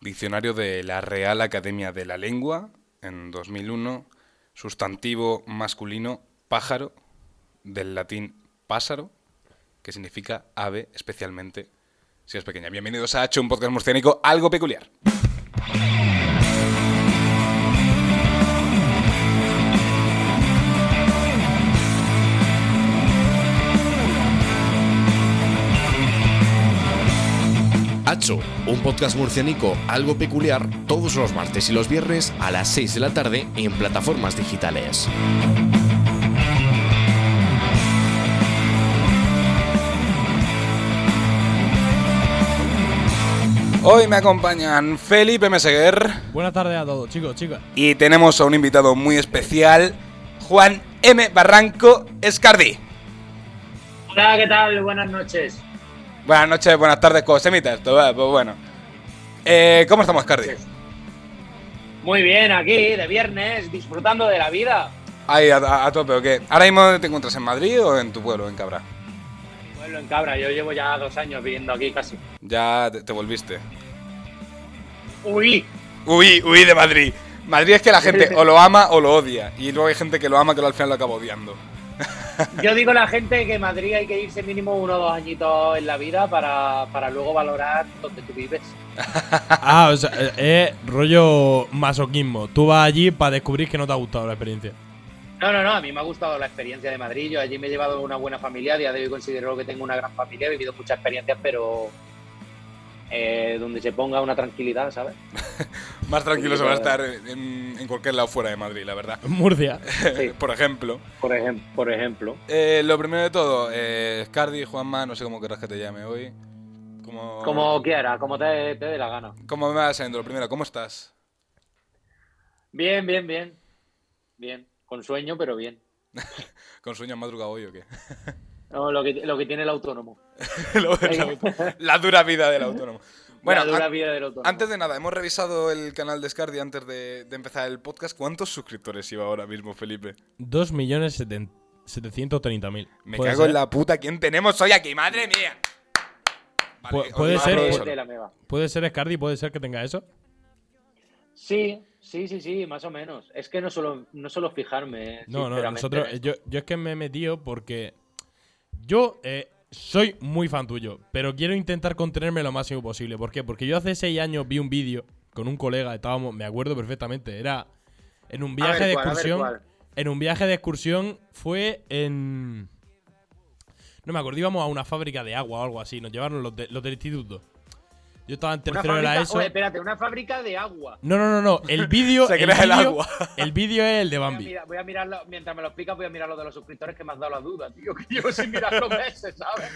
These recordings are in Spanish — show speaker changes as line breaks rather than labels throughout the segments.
Diccionario de la Real Academia de la Lengua, en 2001, sustantivo masculino pájaro, del latín pásaro, que significa ave, especialmente si es pequeña. Bienvenidos a H, un podcast murciánico algo peculiar.
Hacho, un podcast murcianico algo peculiar todos los martes y los viernes a las 6 de la tarde en plataformas digitales.
Hoy me acompañan Felipe Meseguer
Buenas tardes a todos, chicos, chicas.
y tenemos a un invitado muy especial, Juan M. Barranco Escardi.
Hola, ¿qué tal? Buenas noches.
Buenas noches, buenas tardes, cosemitas. Esto va, pues bueno. Eh, ¿Cómo estamos, Cardi?
Muy bien, aquí de viernes, disfrutando de la vida.
Ahí, a, a- a tope, ¿o qué? ¿Ahora mismo te encuentras en Madrid o en tu pueblo, en Cabra?
Pueblo en Cabra, yo llevo ya dos años viviendo aquí casi.
Ya te, te volviste.
Uy,
Uy, uy de Madrid. Madrid es que la gente o lo ama o lo odia. Y luego hay gente que lo ama que lo- al final lo acaba odiando.
yo digo a la gente que en Madrid hay que irse mínimo uno o dos añitos en la vida para, para luego valorar dónde tú vives.
Ah, o sea, eh, eh, rollo masoquismo. Tú vas allí para descubrir que no te ha gustado la experiencia.
No, no, no, a mí me ha gustado la experiencia de Madrid. Yo allí me he llevado una buena familia. A día de hoy considero que tengo una gran familia, he vivido muchas experiencias, pero eh, donde se ponga una tranquilidad, ¿sabes?
Más tranquilo se va a estar en, en cualquier lado fuera de Madrid, la verdad.
Murcia.
Sí,
Por ejemplo.
por, ejem- por ejemplo.
Eh, lo primero de todo, eh, Scardi, Juanma, no sé cómo querrás que te llame hoy. Como,
Como quiera, como te, te dé la gana.
¿Cómo me vas saliendo? Lo primero, ¿cómo estás?
Bien, bien, bien. Bien. Con sueño, pero bien.
¿Con sueño en madrugado hoy o qué?
No, lo, que, lo que tiene el autónomo.
Lo- la, la dura vida del autónomo. Bueno,
la dura
an-
vida del autónomo.
antes de nada, hemos revisado el canal de Scardi antes de, de empezar el podcast. ¿Cuántos suscriptores iba ahora mismo, Felipe?
2.730.000.
Me
Puede
cago en
ser.
la puta. ¿Quién tenemos hoy aquí? ¡Madre mía!
Pu-
hoy
puede
no
ser,
hablo
Madre
puede
solo.
de la meba.
Puede ser Scardi, puede ser que tenga eso.
Sí, sí, sí, sí, más o menos. Es que no suelo, no suelo fijarme. eh,
No, no,
sinceramente.
nosotros. eh, Yo, yo es que me he metido porque. Yo eh, soy muy fan tuyo, pero quiero intentar contenerme lo máximo posible. ¿Por qué? Porque yo hace seis años vi un vídeo con un colega, estábamos, me acuerdo perfectamente, era en un viaje
ver
de
cuál, a ver
excursión.
cuál.
En un viaje de excursión fue en. No me acuerdo, íbamos a una fábrica de agua o algo así, nos llevaron los, de- los del instituto. Yo estaba en
Una
tercero de
fábrica,
la ESO.
oye, espérate, una fábrica de agua.
No, no, no, no. El vídeo.
Se
el
crea el
vídeo-
agua.
El vídeo es el de
Voy a,
Bambi.
mirar, voy a mirarlo, mientras me lo explicas, voy a mirar lo de los suscriptores que me has dado la duda, tío. Que llevo sin mirarlo meses, ¿sabes?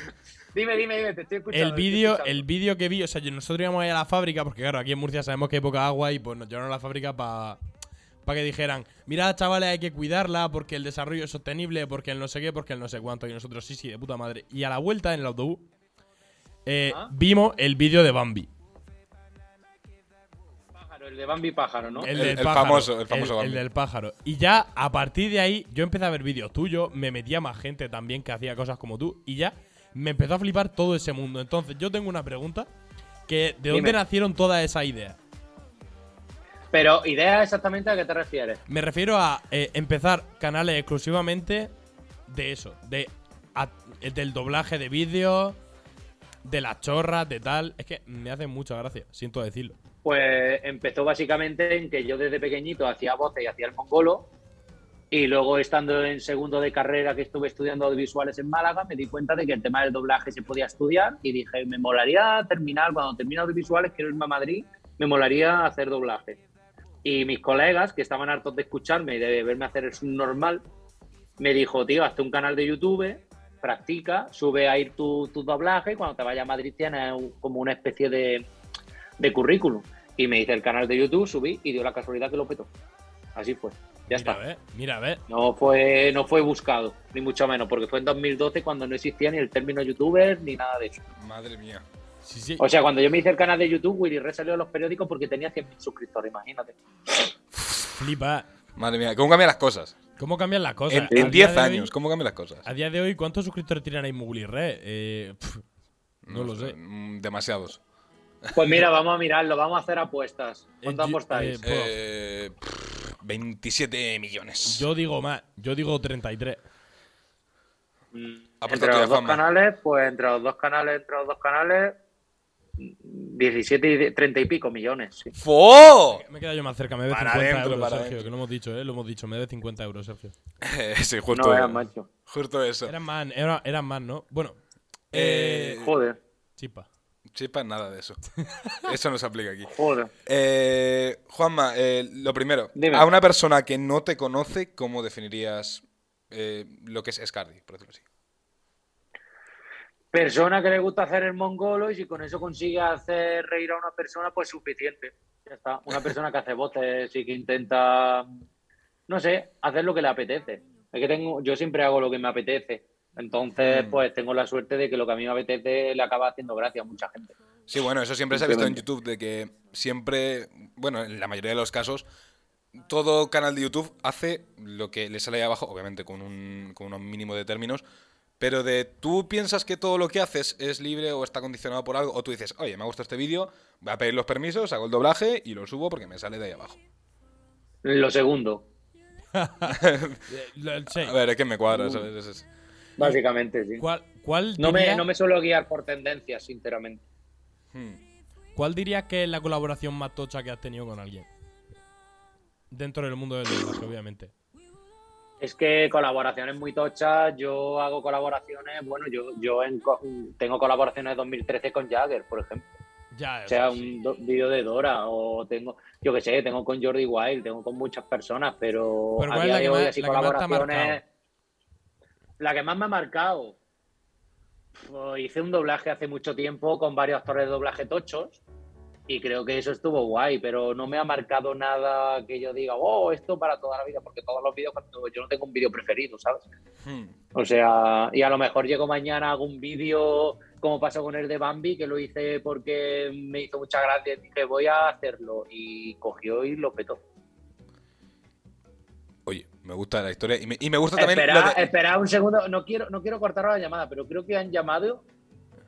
Dime, dime, dime, te estoy escuchando.
el
te estoy
vídeo
escuchando.
el vídeo que vi o sea yo- nosotros íbamos a ir a la fábrica porque claro aquí en Murcia sabemos que hay poca agua y pues nos llevaron a la fábrica para que dijeran mirad chavales hay que cuidarla porque el desarrollo es sostenible porque el no sé qué porque el no sé cuánto y nosotros sí sí de puta madre y a la vuelta en el autobús eh,
¿Ah?
vimos el vídeo de Bambi
Pájaro, el de Bambi Pájaro, ¿no?
el,
El-
del
el
pájaro,
famoso- el famoso Bambi.
del pájaro y ya a partir de ahí yo empecé a ver vídeos tuyos me metía más gente también que hacía cosas como tú y ya me empezó a flipar todo ese mundo entonces yo tengo una pregunta que de dónde
Dime.
nacieron todas esas ideas
Pero, ¿idea exactamente a qué te refieres?
Me refiero a eh, empezar canales exclusivamente de eso, de a- eh, del doblaje de vídeos, de las chorras, de tal. Es que me hace mucha gracia, siento decirlo.
Pues empezó básicamente en que yo desde pequeñito hacía voces y hacía el mongolo. Y luego, estando en segundo de carrera que estuve estudiando audiovisuales en Málaga, me di cuenta de que el tema del doblaje se podía estudiar y dije, me molaría terminar, cuando termine audiovisuales, quiero irme a Madrid, me molaría hacer doblaje. Y mis colegas, que estaban hartos de escucharme y de verme hacer el subnormal, me dijo, tío, hazte un canal de YouTube, practica, sube ahí tu, tu doblaje y cuando te vayas a Madrid tienes un- como una especie de, de currículum. Y me hice el canal de YouTube, subí y dio la casualidad que lo petó. Así fue.
mira,
Ya está.
a ver, mira, a ver.
No fue, no fue buscado, ni mucho menos, porque fue en 2012 cuando no existía ni el término youtuber ni nada de eso.
Madre mía.
Sí, sí.
O sea, cuando yo me hice el canal de YouTube, Willy Red salió a los periódicos porque tenía 100.000 suscriptores, imagínate.
Flipa.
Madre mía. ¿Cómo cambian las cosas?
¿Cómo cambian las cosas?
En-
A día
en 10
de hoy-
años, ¿cómo cambian las cosas?
a día de hoy, ¿cuántos suscriptores tienen ahí Mugli Red? Eh, pf, no, lo sé.
mm, Demasiados.
Pues mira, vamos a mirarlo, vamos a hacer apuestas. ¿Cuánto
Eh, yo-
apostáis?
eh,
Eh, pff, 27 millones.
Yo digo más, yo digo 33.
Mm,
apuesta
entre
tú,
los dos
Juanma.
canales, pues entre los dos canales, entre los dos canales, mm, 17 y de- 30 y pico millones. sí.
¡Fo!
Me he quedado yo más cerca, me debe
Para
50
adentro,
euros,
para
Sergio,
adentro.
que no hemos dicho, eh, lo hemos dicho, me debe 50 euros, Sergio.
Eh, sí,
No
justo,
veas, macho.
justo eso.
Eran más, era- eran más, ¿no? Bueno,
Eh,
Joder,
chispa.
Chispa, nada de eso. Eso no se aplica aquí.
joder.
Eh, Juanma, eh, lo primero,
Dime.
a una persona que no te conoce, ¿cómo definirías eh, lo que es Scardi, por decirlo así?
Persona que le gusta hacer el mongolo y si con eso consigue hacer reír a una persona, pues suficiente. Ya está. Una persona que hace voces y que intenta, no sé, hacer lo que le apetece. Es que tengo, yo siempre hago lo que me apetece. Entonces,
Mm.
pues tengo la suerte de que lo que a mí me apetece le acaba haciendo gracia a mucha gente.
Sí, bueno, eso siempre se ha visto en
Simplemente.
YouTube, de que siempre, bueno, en la mayoría de los casos, todo canal de YouTube hace lo que le sale ahí abajo, obviamente con un, con un mínimo de términos, pero de tú piensas que todo lo que haces es libre o está condicionado por algo, o tú dices, oye, me ha gustado este vídeo, voy a pedir los permisos, hago el doblaje y lo subo porque me sale de ahí abajo.
Lo segundo,
Eh, lo- sí.
A ver, es que me
Uh.
cuadra, ¿sabes? Es- es-
básicamente, sí.
¿Cuál, cuál,
No me,
diría-
no me suelo guiar por tendencias, sinceramente.
hmm.
cuál dirías que es la colaboración más tocha que has tenido con alguien? Dentro del mundo del doblaje, obviamente.
Es que colaboraciones muy tochas, yo hago colaboraciones, bueno, yo, yo en co- tengo colaboraciones de 2013 con Jagger, por ejemplo.
Ya,
O
o sea,
sea, un do- vídeo de Dora, o tengo, yo qué sé, tengo con Jordi Wild, tengo con muchas personas, pero,
Pero
a
¿cuál es
día
la
de
que
hoy
más-
así
la que más te ha
colaboraciones. La que más me ha marcado. Pues hice un doblaje hace mucho tiempo con varios actores de doblaje tochos y creo que eso estuvo guay, pero no me ha marcado nada que yo diga, oh, esto para toda la vida, porque todos los vídeos, cuando- yo no tengo un vídeo preferido, ¿sabes?
Hmm.
O sea, y a lo mejor llego mañana, hago un vídeo como pasó con el de Bambi, que lo hice porque me hizo mucha gracia y dije, voy a hacerlo. Y cogió y lo petó.
Oye, me gusta la historia y me, y me gusta también... lo
Espera,
de-
espera un segundo, no quiero, no quiero cortar la llamada, pero creo que han llamado.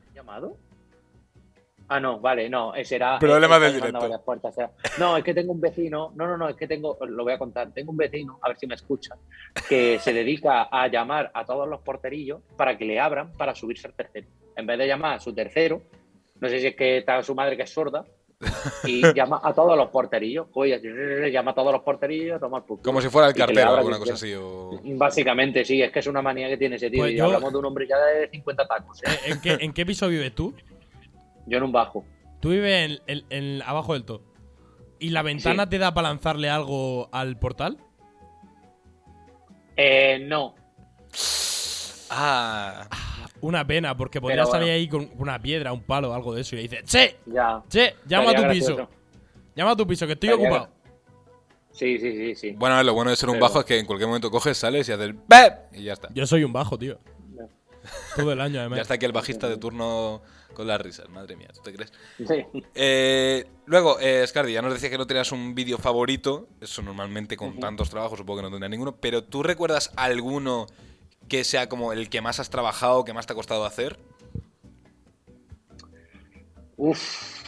¿Han ¿Llamado? Ah, no, vale, no, ese era.
Problema
están
del
llamando
directo.
a varias puertas, o sea, no, es que tengo un vecino, no, no, no, es que tengo, lo voy a contar, tengo un vecino, a ver si me escucha, que se dedica a llamar a todos los porterillos para que le abran para subirse al tercero. En vez de llamar a su tercero, no sé si es que está su madre que es sorda, y llama a todos los porterillos, oye, llama a todos los porterillos, toma por culo.
Como si fuera el
Y que le
cartero o
abra
alguna
quien quiera.
cosa así. O...
Básicamente, sí, es que es una manía que tiene ese tío.
Pues
y
yo-
hablamos de un hombre ya de 50 tacos, ¿eh?
¿En qué, ¿En qué piso vives tú?
Yo en un bajo.
Tú vives en, en- en- abajo del todo. ¿Y la ventana te da para lanzarle algo al portal?
Eh, no.
Ah,
Una pena, porque
Pero
podría salir
bueno.
ahí con una piedra, un palo, algo de eso. Y le dices, ¡Che!
Ya.
¡Che! Llama a tu
Estaría
piso.
gracioso.
Llama a tu piso, que estoy
Estaría
ocupado.
Sí, sí, sí, sí.
Bueno, lo bueno de ser un
Pero-
bajo es que en cualquier momento coges, sales y haces ¡Bep! Y ya está.
Yo soy un bajo, tío.
No.
Todo el año, además.
Ya está aquí el bajista de turno con las risas. Madre mía, ¿tú te crees?
Sí.
Eh, luego, eh, Scardi, ya nos decías que no tenías un vídeo favorito. Eso normalmente con tantos trabajos supongo que no tendrás ninguno. Pero ¿tú recuerdas alguno que sea como el que más has trabajado, que más te ha costado hacer?
Uf.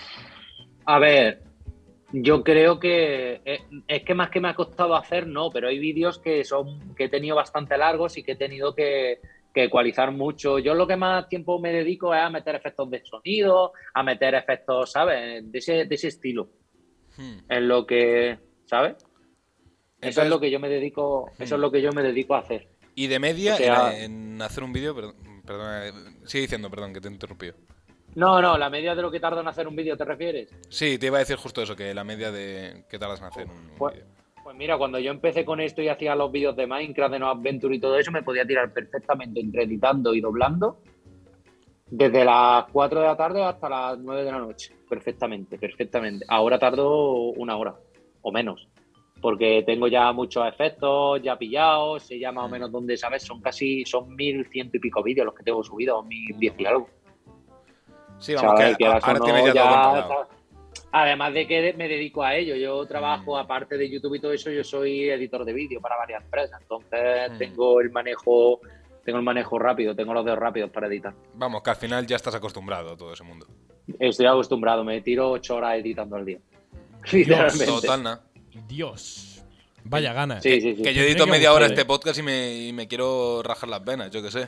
A ver, yo creo que eh, es que más que me ha costado hacer, no, pero hay vídeos que son que he tenido bastante largos y que he tenido que, que ecualizar mucho. Yo lo que más tiempo me dedico es a meter efectos de sonido, a meter efectos, ¿sabes? De ese, de ese estilo.
Hmm.
En lo que, ¿sabes? Eso
Entonces-
es lo que yo me dedico, eso es lo que yo me dedico a hacer.
Y de media,
O sea-
en, en hacer un vídeo, perdón, perdón, eh, sigue diciendo, perdón, que te he interrumpido.
No, no, la media de lo que tardo en hacer un vídeo, ¿te refieres?
Sí, te iba a decir justo eso, que la media de que tardas en hacer un
Pues-
vídeo.
Pues mira, cuando yo empecé con esto y hacía los vídeos de Minecraft, de No Adventure y todo eso, me podía tirar perfectamente entre editando y doblando desde las 4 de la tarde hasta las 9 de la noche. Perfectamente, perfectamente. Ahora tardo una hora o menos, porque tengo ya muchos efectos ya pillados, sé ya más o menos dónde, ¿sabes? Son casi, son mil ciento y pico vídeos los que tengo subidos, mil diez y algo.
Sí, vamos,
¿sabes?
que
Que
ahora
las o no,
tienes ya, todo
ya,
controlado.
¿sabes? Además de que me dedico a ello, yo trabajo, aparte de YouTube y todo eso, yo soy editor de vídeo para varias empresas, entonces
Mm.
tengo el manejo, tengo el manejo rápido, tengo los dedos rápidos para editar.
Vamos, que al final ya estás acostumbrado a todo ese mundo.
Estoy acostumbrado, me tiro ocho horas editando al día. Literalmente.
Total, nada.
Dios. Vaya ganas.
Sí,
Que
sí, sí.
yo
Tendría
edito
que
media hora
buscarle.
eh.
este podcast y me, y me quiero rajar las venas, yo qué sé.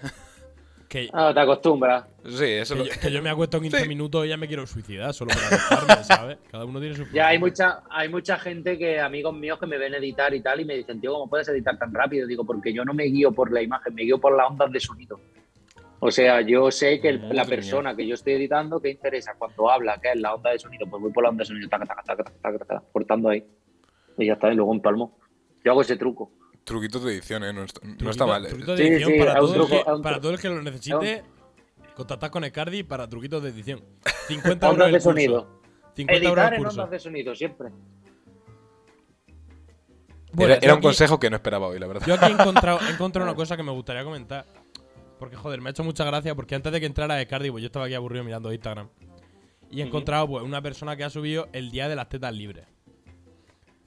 Que,
Ah, te acostumbras.
Sí, eso
que
es lo
yo, que yo me acuesto en 15
Sí.
minutos y ya me quiero suicidar solo para acostarme, ¿sabes? Cada uno tiene su.
Ya hay mucha, hay mucha gente que, amigos míos, que me ven editar y tal, y me dicen, tío, ¿cómo puedes editar tan rápido? Digo, porque yo no me guío por la imagen, me guío por las ondas de sonido. O sea, yo sé que el- la
Madre
persona que yo estoy editando, que interesa cuando habla, que es la onda de sonido, pues voy por la onda de sonido, taca, taca, taca, taca, taca, taca, cortando ahí. Y ya está, y luego empalmo. Yo hago ese truco.
Truquitos de edición, ¿eh? No está, no
Truquito-
está mal.
truquito
Sí,
de edición
sí,
para,
a un
todo el
truco,
que,
a un
para
truco.
todo el que lo necesite. Contactad con Escardi para truquitos de edición. 50 euros
Ondas
el
de
curso.
sonido.
50 euros
Editar
el
en
curso.
ondas de sonido, siempre.
Bueno,
era
yo
era un
aquí-
consejo que no esperaba hoy, la verdad.
Yo aquí he encontrado, he encontrado una cosa que me gustaría comentar. Porque, joder, me ha hecho mucha gracia. Porque antes de que entrara Escardi, pues yo estaba aquí aburrido mirando Instagram. Y he encontrado, pues, una persona que ha subido el día de las tetas libres.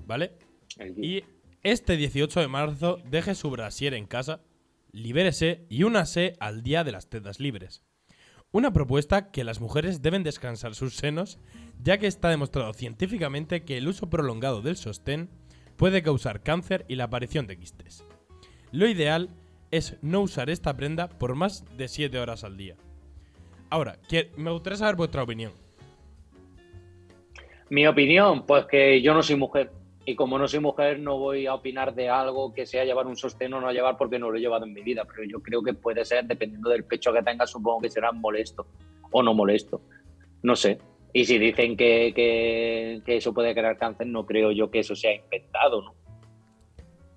¿Vale?
El-
Y este 18 de marzo, deje su brasier en casa, libérese y únase al Día de las Tetas Libres. Una propuesta que las mujeres deben descansar sus senos, ya que está demostrado científicamente que el uso prolongado del sostén puede causar cáncer y la aparición de quistes. Lo ideal es no usar esta prenda por más de 7 horas al día. Ahora, que- me gustaría saber vuestra opinión.
Mi opinión, pues que yo no soy mujer. Y como no soy mujer, no voy a opinar de algo que sea llevar un sostén o no llevar porque no lo he llevado en mi vida. Pero yo creo que puede ser, dependiendo del pecho que tenga, supongo que será molesto o no molesto. No sé. Y si dicen que, que- que eso puede crear cáncer, no creo yo que eso sea inventado, ¿no?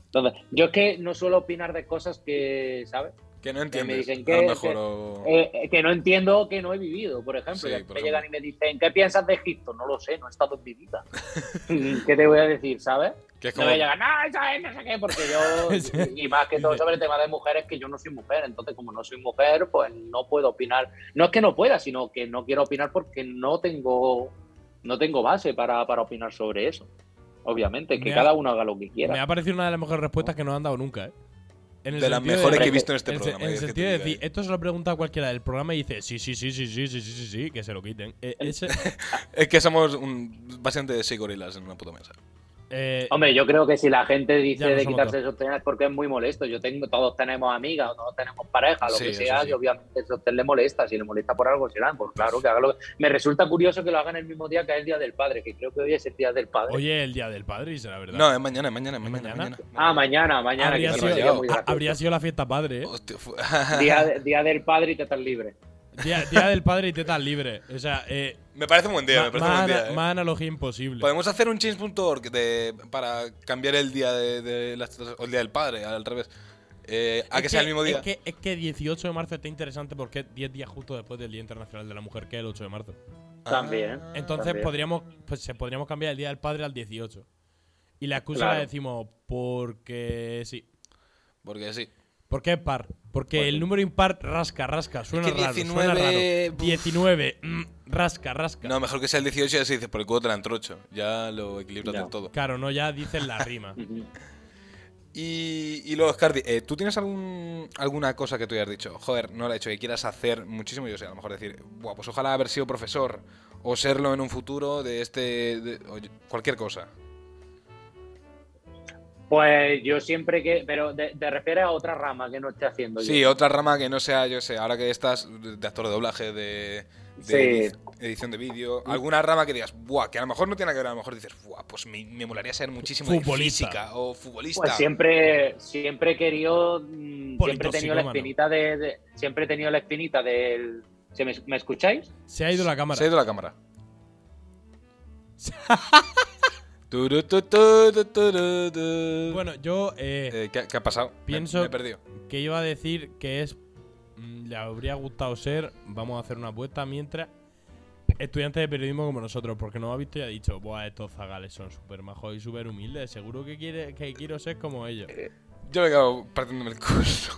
Entonces, yo es que no suelo opinar de cosas que, ¿sabes?
Que no
Que me
entiendes.
dicen
a lo
que-
mejor
que-
o-
Eh, eh, que no entiendo o que no he vivido, por ejemplo.
Sí,
que
por
me
ejemplo.
llegan y me dicen, ¿qué piensas de Egipto? No lo sé, no he estado en mi vida. ¿Qué te voy a decir, sabes?
que es
No
como...
voy a llegar, no, eso "Ah, es, no sé qué, porque yo, y más que todo sobre el tema de mujeres, que yo no soy mujer, entonces como no soy mujer, pues no puedo opinar. No es que no pueda, sino que no quiero opinar porque no tengo, no tengo base para, para opinar sobre eso. Obviamente, que
Me ha-
cada uno haga lo que
Me
quiera.
ha parecido una de las mejores respuestas que nos han dado nunca, ¿eh? En el
de las
sentido
mejores que he
Hombre,
visto en este
en, se-
programa.
en
que
el
es que te
sentido de
diga,
decir,
eh.
esto se lo pregunta a cualquiera del programa y dice, sí, sí, sí, sí, sí, sí, sí, sí, sí, que se lo quiten. Eh, ese-
Es que somos un, bastante seis gorilas en una puta mesa.
eh,
Hombre, yo creo que si la gente dice
Ya no
de
somos
quitarse el sostén es porque es muy molesto. Yo tengo, todos tenemos amigas, o todos tenemos pareja, lo
Sí,
que
eso
sea,
sí.
y obviamente el sostén le molesta. Si le molesta por algo, será. Pues claro, que haga lo que... Me resulta curioso que lo hagan el mismo día que es el Día del Padre, que creo que hoy es el Día del Padre.
hoy es el día del padre y será verdad.
No, es mañana, es mañana, es
¿Es
mañana. es
mañana?
mañana.
Ah, mañana, mañana.
habría,
que
me
sido,
sería
rayado.
muy
ha-
gracioso.
habría sido la fiesta padre, ¿eh?
Hostia, fu-
Día, día del Padre y te estás libre.
Día, día del padre y tetas libre. O sea, eh,
me parece un buen día, me
ma-
parece un
más,
buen día.
ana-
eh.
más analogía imposible.
Podemos hacer un change.org de- para cambiar el día de, de las tetas- o el día del padre, al revés. Eh, a
Es
que, sea el mismo día.
Es que, es que 18 de marzo está interesante porque es 10 días justo después del Día Internacional de la Mujer, que es el 8 de marzo.
Ah,
También.
Entonces
También.
podríamos pues, se podríamos cambiar el Día del Padre al 18. Y la excusa la
Claro.
decimos porque sí.
Porque sí.
Porque es par. Porque el número impar rasca, rasca. Suena
Es que
raro,
19,
suena raro.
buf.
19, mm, rasca, rasca.
No, mejor que sea el 18 y así dices, por el culo te la entrocho. Ya lo equilibras
Ya.
del todo.
Claro, no, ya dicen la rima.
Ujú.
Y, y luego, Scardi, eh, ¿tú tienes algún, alguna cosa que tú hayas dicho? Joder, no la he hecho, que quieras hacer muchísimo. Yo sé, a lo mejor decir, Buah, pues ojalá haber sido profesor o serlo en un futuro de este. de- o yo- cualquier cosa.
Pues yo siempre que. Pero te, te refieres a otra rama que no esté haciendo.
Sí,
yo.
otra rama que no sea, yo sé, ahora que estás de actor de doblaje, de, de
Sí. Mm.
edición de vídeo, alguna rama que digas, Buah, que a lo mejor no tiene que ver, a lo mejor dices, Buah, pues me, me molaría ser muchísimo de
Futbolista.
física o futbolista.
Pues siempre, siempre he querido, mm, siempre he tenido la
Politoxicómano.
espinita de, de- siempre he tenido la espinita del, ¿se me, me escucháis?
Se ha ido la cámara.
Se ha ido la cámara. Turu, tu, tu, tu, turu, tu.
Bueno, yo eh,
Eh, ¿qué, ha- qué ha pasado? Me-
Pienso-
Me, he perdido.
que iba a decir que es. mm, Le habría gustado ser. Vamos a hacer una apuesta mientras. Estudiantes de periodismo como nosotros, porque nos ha visto y ha dicho, Buah, estos zagales son súper majos y súper humildes, seguro que, quiere, que quiero ser como ellos.
Eh. Yo me quedo partiéndome el curso.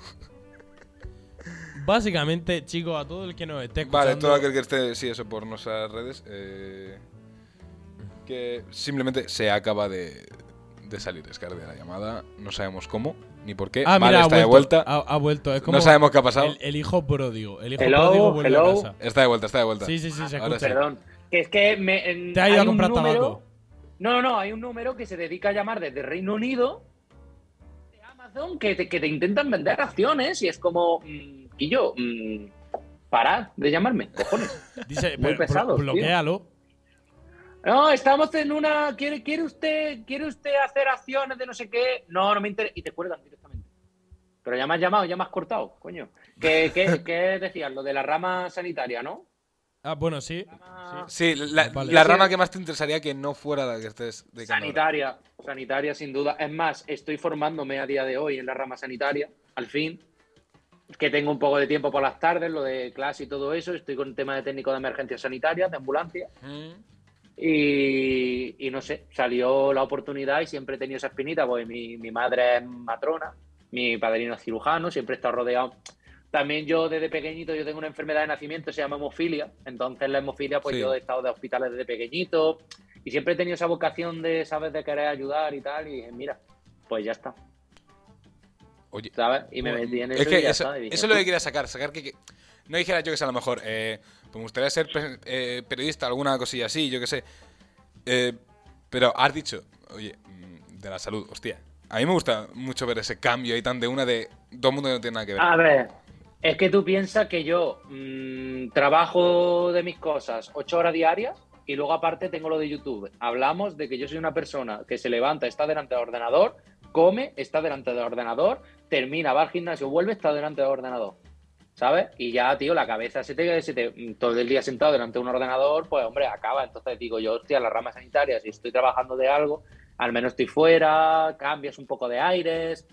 Básicamente, chicos, a todo el que nos esté escuchando.
Vale, todo aquel que esté, sí, eso por nuestras redes. eh, que simplemente se acaba de, de salir Scar de la llamada. No sabemos cómo ni por qué.
Ah,
vale,
mira,
está
ha
de
vuelto.
vuelta.
Ha, ha vuelto. Es como
no sabemos qué ha pasado.
El, el hijo pródigo. El hijo
Hello,
pródigo vuelve
hello.
a casa.
Está de vuelta, está de vuelta.
Sí, sí, sí, se
Ahora
escucha.
sí.
Perdón. Que es que me, en-
Te ha ido
hay
a
un
comprar
número-
tabaco.
No, no, no, hay un número que se dedica a llamar desde Reino Unido de Amazon que te, que te intentan vender acciones y es como, mm, Quillo, mm, parad de llamarme, cojones.
Dice, pero,
Muy
blo-
pesados, tío.
bloquéalo.
No, estamos en una. ¿Quiere, quiere, usted, ¿Quiere usted hacer acciones de no sé qué? No, no me interesa. Y te cuelgan directamente. Pero ya me has llamado, ya me has cortado, coño. ¿Qué, qué, qué decías? Lo de la rama sanitaria, ¿no?
Ah, bueno, sí.
Rama
Sí, la,
Vale.
la rama que más te interesaría que no fuera la que estés de
sanitaria, sanitaria, sin duda. Es más, estoy formándome a día de hoy en la rama sanitaria, al fin. Que tengo un poco de tiempo por las tardes, lo de clase y todo eso. Estoy con el tema de técnico de emergencia sanitaria, de ambulancia.
¿Mm?
Y, y no sé, salió la oportunidad y siempre he tenido esa espinita, porque mi, mi madre es matrona, mi padrino es cirujano, siempre he estado rodeado. También yo desde pequeñito, yo tengo una enfermedad de nacimiento, se llama hemofilia, entonces la hemofilia pues
Sí.
yo he estado de hospitales desde pequeñito y siempre he tenido esa vocación de, ¿sabes?, de querer ayudar y tal, y dije, mira, pues ya está,
Oye,
¿sabes? Y me metí en eso
Pues, es que
y ya
eso,
está, y dije,
eso es lo que
"Uf".
quería sacar, sacar que, que- no dijera yo que sea a lo mejor, eh, pues me gustaría ser pe- eh, periodista, alguna cosilla así, yo qué sé. Eh, pero has dicho, oye, mm, de la salud, hostia. A mí me gusta mucho ver ese cambio ahí tan de una de dos mundos que no tienen nada que ver.
A ver, es que tú piensas que yo mm, trabajo de mis cosas ocho horas diarias y luego aparte tengo lo de YouTube. Hablamos de que yo soy una persona que se levanta, está delante del ordenador, come, está delante del ordenador, termina, va al gimnasio, vuelve, está delante del ordenador. ¿Sabes? Y ya, tío, la cabeza se te, se te- mm, Todo el día sentado delante de un ordenador, pues, hombre, acaba. Entonces digo yo, hostia, la rama sanitaria, si estoy trabajando de algo, al menos estoy fuera, cambias un poco de aires,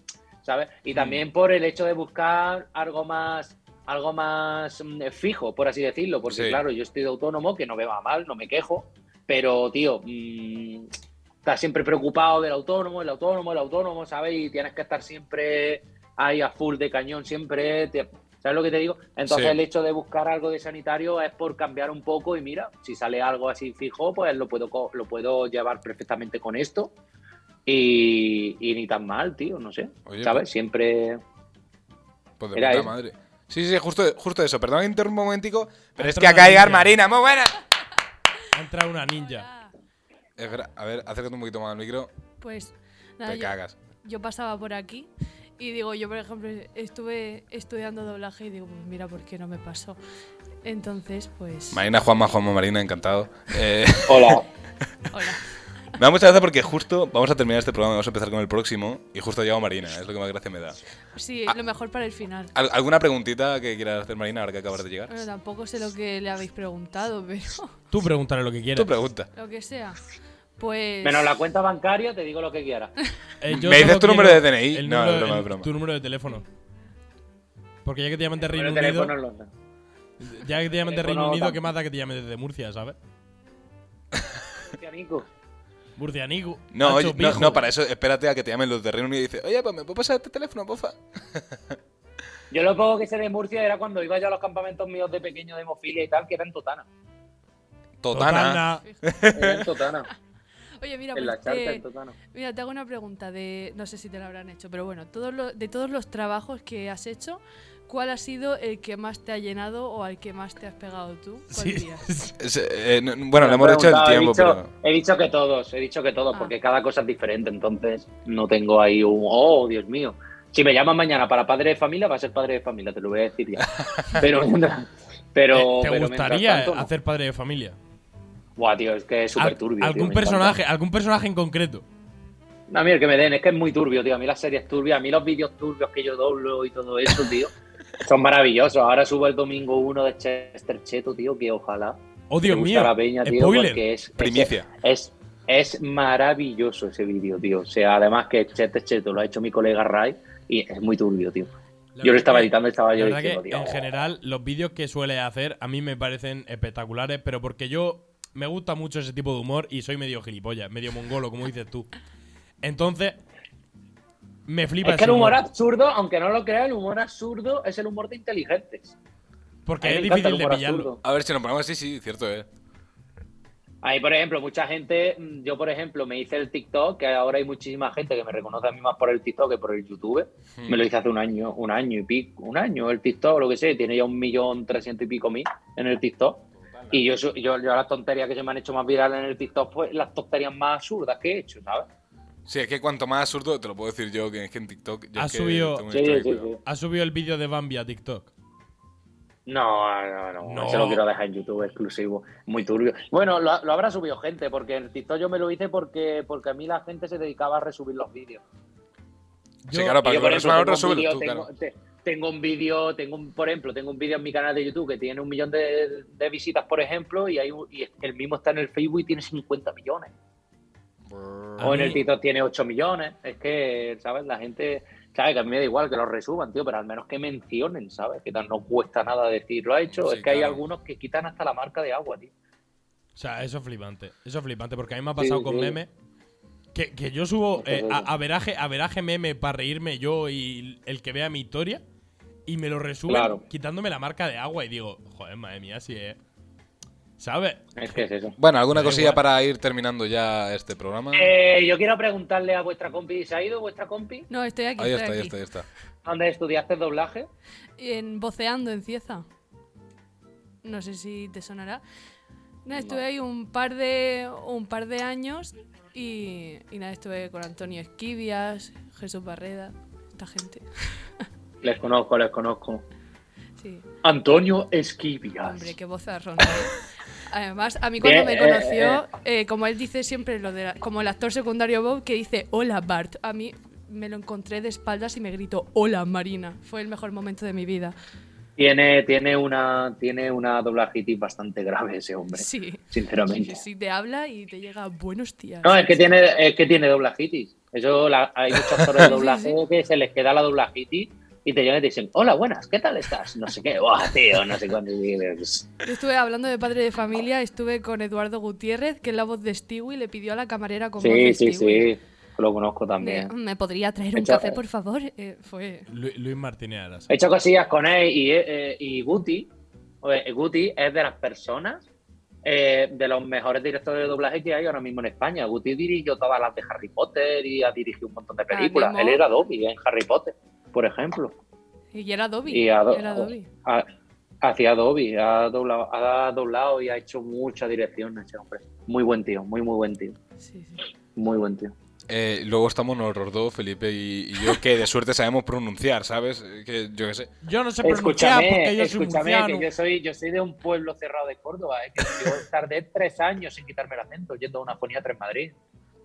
¿sabes? Y también por el hecho de buscar algo más algo más mm, fijo, por así decirlo, porque
Sí.
claro, yo estoy de autónomo, que no me va mal, no me quejo, pero tío, mm, estás siempre preocupado del autónomo, el autónomo, el autónomo, ¿sabes? Y tienes que estar siempre ahí a full de cañón, siempre, te- ¿sabes lo que te digo? Entonces
Sí.
el hecho de buscar algo de sanitario es por cambiar un poco y mira, si sale algo así fijo, pues lo puedo, co- lo puedo llevar perfectamente con esto. Y, y ni tan mal, tío, no sé.
Oye,
¿Sabes? Siempre.
Pues de
Ah, Era
puta
eso.
madre. Sí, sí, justo, justo eso. Perdón que interrumpa un momentico, pero
Ha
es
entrado
que acá
una
llegar
ninja.
Marina, muy buena.
Ha entrado una ninja.
Espera, a ver, acércate un poquito más al micro,
Pues nada,
te
yo,
cagas.
yo pasaba por aquí y digo, yo por ejemplo estuve estudiando doblaje y digo, pues mira, ¿por qué no me pasó? Entonces, pues...
Marina, Juanma, Juanma, Marina, encantado. Eh,
Hola.
Hola.
me da mucha gracia porque justo vamos a terminar este programa, vamos a empezar con el próximo y justo ha llegado Marina, es lo que más gracia me da.
Sí, lo mejor para el final.
¿Al- ¿Alguna preguntita que quieras hacer, Marina, ahora que acabas de llegar?
Bueno, tampoco sé lo que le habéis preguntado, pero
Tú pregúntale lo que quieras.
Tu pregunta.
lo que sea. Pues...
Menos la cuenta bancaria, te digo lo que quieras.
Eh, yo
¿Me dices
solo
tu número
quiero
de DNI?
el
No,
número-
es broma,
el-
es broma.
Tu número de teléfono. Porque ya que te llaman de Reino
Pero el
Unido,
teléfono no lo-
ya que te llaman de Reino
teléfono
Unido,
tampoco.
¿qué más da que te llamen desde Murcia, sabes?
Hostia, Nico.
Murcianigo.
No,
Nacho
oye, no,
Pijo.
no, para eso espérate a que te llamen los de Reino Unido y dices, oye, pues me puedo pasar este teléfono, pofa.
Yo lo poco que sé de Murcia era cuando iba yo a los campamentos míos de pequeño de hemofilia y tal, que eran Totana.
Totana.
Era en Totana.
Oye, mira,
en
pues
la charca,
te,
en Totana.
mira, te hago una pregunta de... No sé si te la habrán hecho, pero bueno, todos lo- de todos los trabajos que has hecho, ¿cuál ha sido el que más te ha llenado o al que más te has pegado tú? ¿Cuál
Sí.
dirías?
Es, eh, no- bueno,
Me
lo
han
hemos dicho el
preguntado,
tiempo,
he dicho,
pero...
he dicho que todos, he dicho que todos,
Ah.
porque cada cosa es diferente, entonces no tengo ahí un, oh, Dios mío. Si me llaman mañana para padre de familia, va a ser padre de familia, te lo voy a decir ya. Pero, pero,
Eh, ¿Te
pero mientras
gustaría
tanto, no.
hacer padre de familia?
Buah, tío, es que es
Al-
súper turbio. tío,
¿Algún
me encanta.
personaje algún personaje en concreto?
No, a mí el que me den, es que es muy turbio, tío. A mí las series turbias, a mí los vídeos turbios que yo doblo y todo eso, tío, son maravillosos. Ahora subo el domingo uno de Chester Cheto, tío, que ojalá.
Oh,
le
Dios
guste
mío.
a La peña, tío,
Spoiler.
porque es, es-
Primicia.
Es, es maravilloso ese vídeo, tío. O sea, además que Chester Cheto lo ha hecho mi colega Ray y es muy turbio, tío.
La
yo lo
verdad
estaba
que-
editando y estaba
La
yo
verdad
diciendo,
que
tío. "Oh".
en general los vídeos que suele hacer a mí me parecen espectaculares, pero porque yo me gusta mucho ese tipo de humor y soy medio gilipollas, medio mongolo, como dices tú. Entonces, me flipa
Es que
ese
el humor
humor,
absurdo, aunque no lo creas, el humor absurdo es el humor de inteligentes.
porque
A mí
es
me encanta el
difícil de
humor
pillarlo.
absurdo.
A ver si nos ponemos así, sí, cierto, eh.
Ahí, por ejemplo, mucha gente, mm, yo por ejemplo me hice el TikTok, que ahora hay muchísima gente que me reconoce a mí más por el TikTok que por el YouTube. Me lo hice hace un año, un año y pico, un año el TikTok, lo que sé, tiene ya un millón trescientos y pico mil en el TikTok. Y yo, su- yo, yo las tonterías que se me han hecho más virales en el TikTok, pues las tonterías más absurdas que he hecho, ¿sabes?
Sí, es que cuanto más absurdo, te lo puedo decir yo, que es que en TikTok. Yo
Ha
es que
subido-
tengo una
Sí,
historia
sí, sí.
cuidado.
Ha subido el vídeo de Bambi a TikTok.
No, no, no,
No.
Se lo quiero dejar en YouTube exclusivo. Muy turbio. Bueno, lo, lo habrá subido gente, porque en TikTok yo me lo hice porque, porque a mí la gente se dedicaba a resubir los vídeos.
Sí, claro, para
Y
que
yo, por
lo resuelvan otro, súbelo
ejemplo, tengo un vídeo,
tú, claro.
tengo- te- tengo un vídeo, tengo un, por ejemplo, tengo un vídeo en mi canal de YouTube que tiene un millón de, de visitas, por ejemplo, y, hay, un- y el mismo está en el Facebook y tiene 50 millones.
A
Ah,
o en
mí-
el TikTok tiene 8 millones. Es que, ¿sabes? La gente, ¿sabes? Que a mí me da igual que lo resuban, tío, pero al menos que mencionen, ¿sabes? Que tan- no cuesta nada decir, lo ha hecho.
Sí,
es que hay
claro.
algunos que quitan hasta la marca de agua, tío.
O sea, eso es flipante. Eso es flipante, porque a mí me ha
Sí,
pasado con
sí.
memes. Que, que yo subo
Está
eh,
claro.
a, a veraje, a veraje meme para reírme yo y el que vea mi historia. Y me lo resumen
Claro.
quitándome la marca de agua. Y digo, joder, madre mía, si es. ¿Sabes?
Es que es eso.
Bueno, alguna
Da
cosilla
igual.
para ir terminando ya este programa.
Eh, yo quiero preguntarle a vuestra compi, ¿se ha ido vuestra compi?
No, estoy aquí,
Ahí
estoy
Ah, está, ahí
aquí.
está, ahí está.
¿Dónde estudiaste doblaje?
En Voceando en Cieza. No sé si te sonará. No, estuve ahí un par de un par de años y, y nada, estuve con Antonio Esquivias, Jesús Barreda, esta gente.
Les conozco, les conozco.
Sí,
Antonio Esquivias.
hombre, qué voz ronda. Además, a mí cuando me
Eh, eh,
conoció, eh, como él dice siempre, lo de la- como el actor secundario Bob que dice, hola Bart, a mí me lo encontré de espaldas y me gritó, hola Marina. Fue el mejor momento de mi vida.
Tiene, tiene una, tiene una doblajitis bastante grave ese hombre,
Sí. Sí,
sinceramente.
sí, sí, te habla y te llega buenos días.
No, es que tiene, es que tiene doblajitis. Eso la- hay muchos actores de doblaje
Sí,
que se les queda la doblajitis y te llegan y te dicen, hola, buenas, ¿qué tal estás? No sé qué, buah, tío, no sé cuánto. y dices,
Yo estuve hablando de padre de familia, estuve con Eduardo Gutiérrez, que es la voz de Stewie, le pidió a la camarera con voz
Sí,
de
sí,
Stewie.
sí, lo conozco
De,
también.
¿Me podría traer un
Echa-
café, por favor? Eh, fue...
Lu- Luis Martínez Aras.
He hecho cosillas con él y, eh, y Guti. Oye, Guti es de las personas, eh, de los mejores directores de doblaje que hay ahora mismo en España. Guti dirigió todas las de Harry Potter y ha dirigido un montón de películas.
Nemo.
Él era Dobby en Harry Potter, por ejemplo.
Y era Dobby.
Y a Do-
era Dobby.
a- hacia Dobby, ha doblado, ha doblado y ha hecho mucha dirección ese hombre. Muy buen tío, muy, muy buen tío.
Sí, sí.
Muy buen tío.
Eh, luego estamos nosotros dos, Felipe y, y yo, que de suerte sabemos pronunciar, ¿sabes? Eh, Que yo qué sé.
Yo no sé pronunciar
Escúchame,
porque yo soy
escúchame,
murciano.
que yo soy, yo soy de un pueblo cerrado de Córdoba, ¿eh? que yo tardé tres años sin quitarme el acento, yendo a una foniatra en Madrid,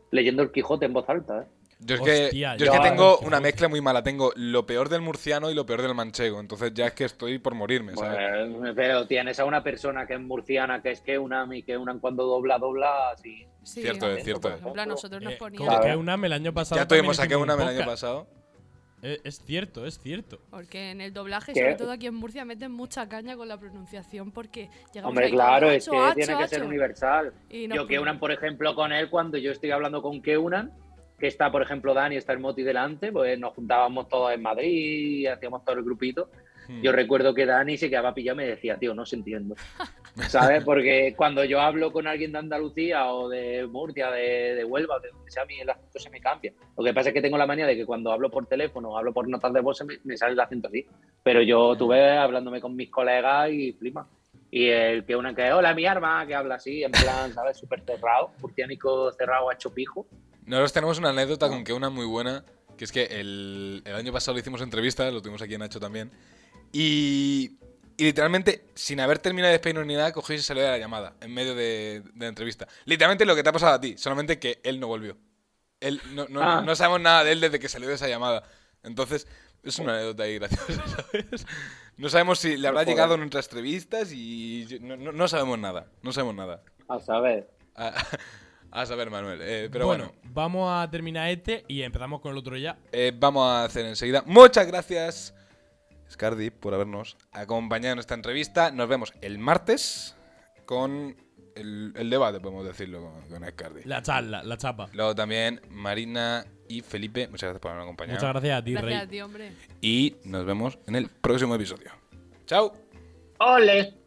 leyendo el Quijote en voz alta. ¿eh?
Yo es que,
Hostia,
yo es
ya.
que tengo
Qué
una
fuerte.
mezcla muy mala. Tengo lo peor del murciano y lo peor del manchego. Entonces ya es que estoy por morirme, ¿sabes?
Bueno, Pues, pero tienes a una persona que es murciana, que es que una, y que una cuando dobla, dobla, así.
Sí,
Cierto
hombre,
es, cierto
Por
es.
ejemplo, a nosotros nos
Eh,
ponían...
con que una el año pasado.
ya tuvimos
también
aquí
hicimos
una
un
el año
podcast.
pasado.
Eh, Es cierto, es cierto.
Porque en el doblaje,
¿Qué?
sobre todo aquí en Murcia, meten mucha caña con la pronunciación porque llegamos
Hombre,
ahí,
claro,
"Acho,
es que
acho,
tiene que ser
acho".
universal.
Y nos
Yo
ponían-
Keunan, por ejemplo, con él, cuando yo estoy hablando con Keunan, que está, por ejemplo, Dani, está el Moti delante, pues nos juntábamos todos en Madrid, hacíamos todo el grupito.
Hmm.
Yo recuerdo que Dani se quedaba pillado y me decía, tío, no se entiendo. ¿Sabes? Porque cuando yo hablo con alguien de Andalucía o de Murcia, de, de Huelva, o de donde sea, a mí el acento se me cambia. Lo que pasa es que tengo la manía de que cuando hablo por teléfono, hablo por notas de voz, se me, me sale el acento así. Pero yo tuve hablándome con mis colegas y prima. Y el que una que, hola, mi arma, que habla así, en plan, ¿sabes? Súper cerrado, murciánico cerrado a chopijo.
Nosotros tenemos una
Ah.
anécdota con que una muy buena, que es que el, el año pasado le hicimos entrevista, lo tuvimos aquí en Nacho también, y, y literalmente, sin haber terminado de despedirnos ni nada, cogió y se salió de la llamada, en medio de, de la entrevista. Literalmente lo que te ha pasado a ti, solamente que él no volvió. Él, no, no-
Ah.
no sabemos nada de él desde que salió de esa llamada. Entonces, es una anécdota ahí graciosa, ¿sabes? No sabemos si le habrá
Joder.
llegado nuestras entrevistas y yo- no- no- no sabemos nada, no sabemos nada.
A saber.
A, a saber, Manuel. eh, pero bueno.
vamos a terminar este y empezamos con el otro ya.
Eh, vamos a hacer enseguida. Muchas gracias, Scardi, por habernos acompañado en esta entrevista. Nos vemos el martes con el, el debate, podemos decirlo, con, con Scardi.
La charla, la chapa.
Luego también Marina y Felipe, muchas gracias por habernos acompañado.
Muchas gracias a ti,
Gracias
Rey.
a ti, hombre.
Y nos vemos en el próximo episodio. ¡Chao!
¡Ole!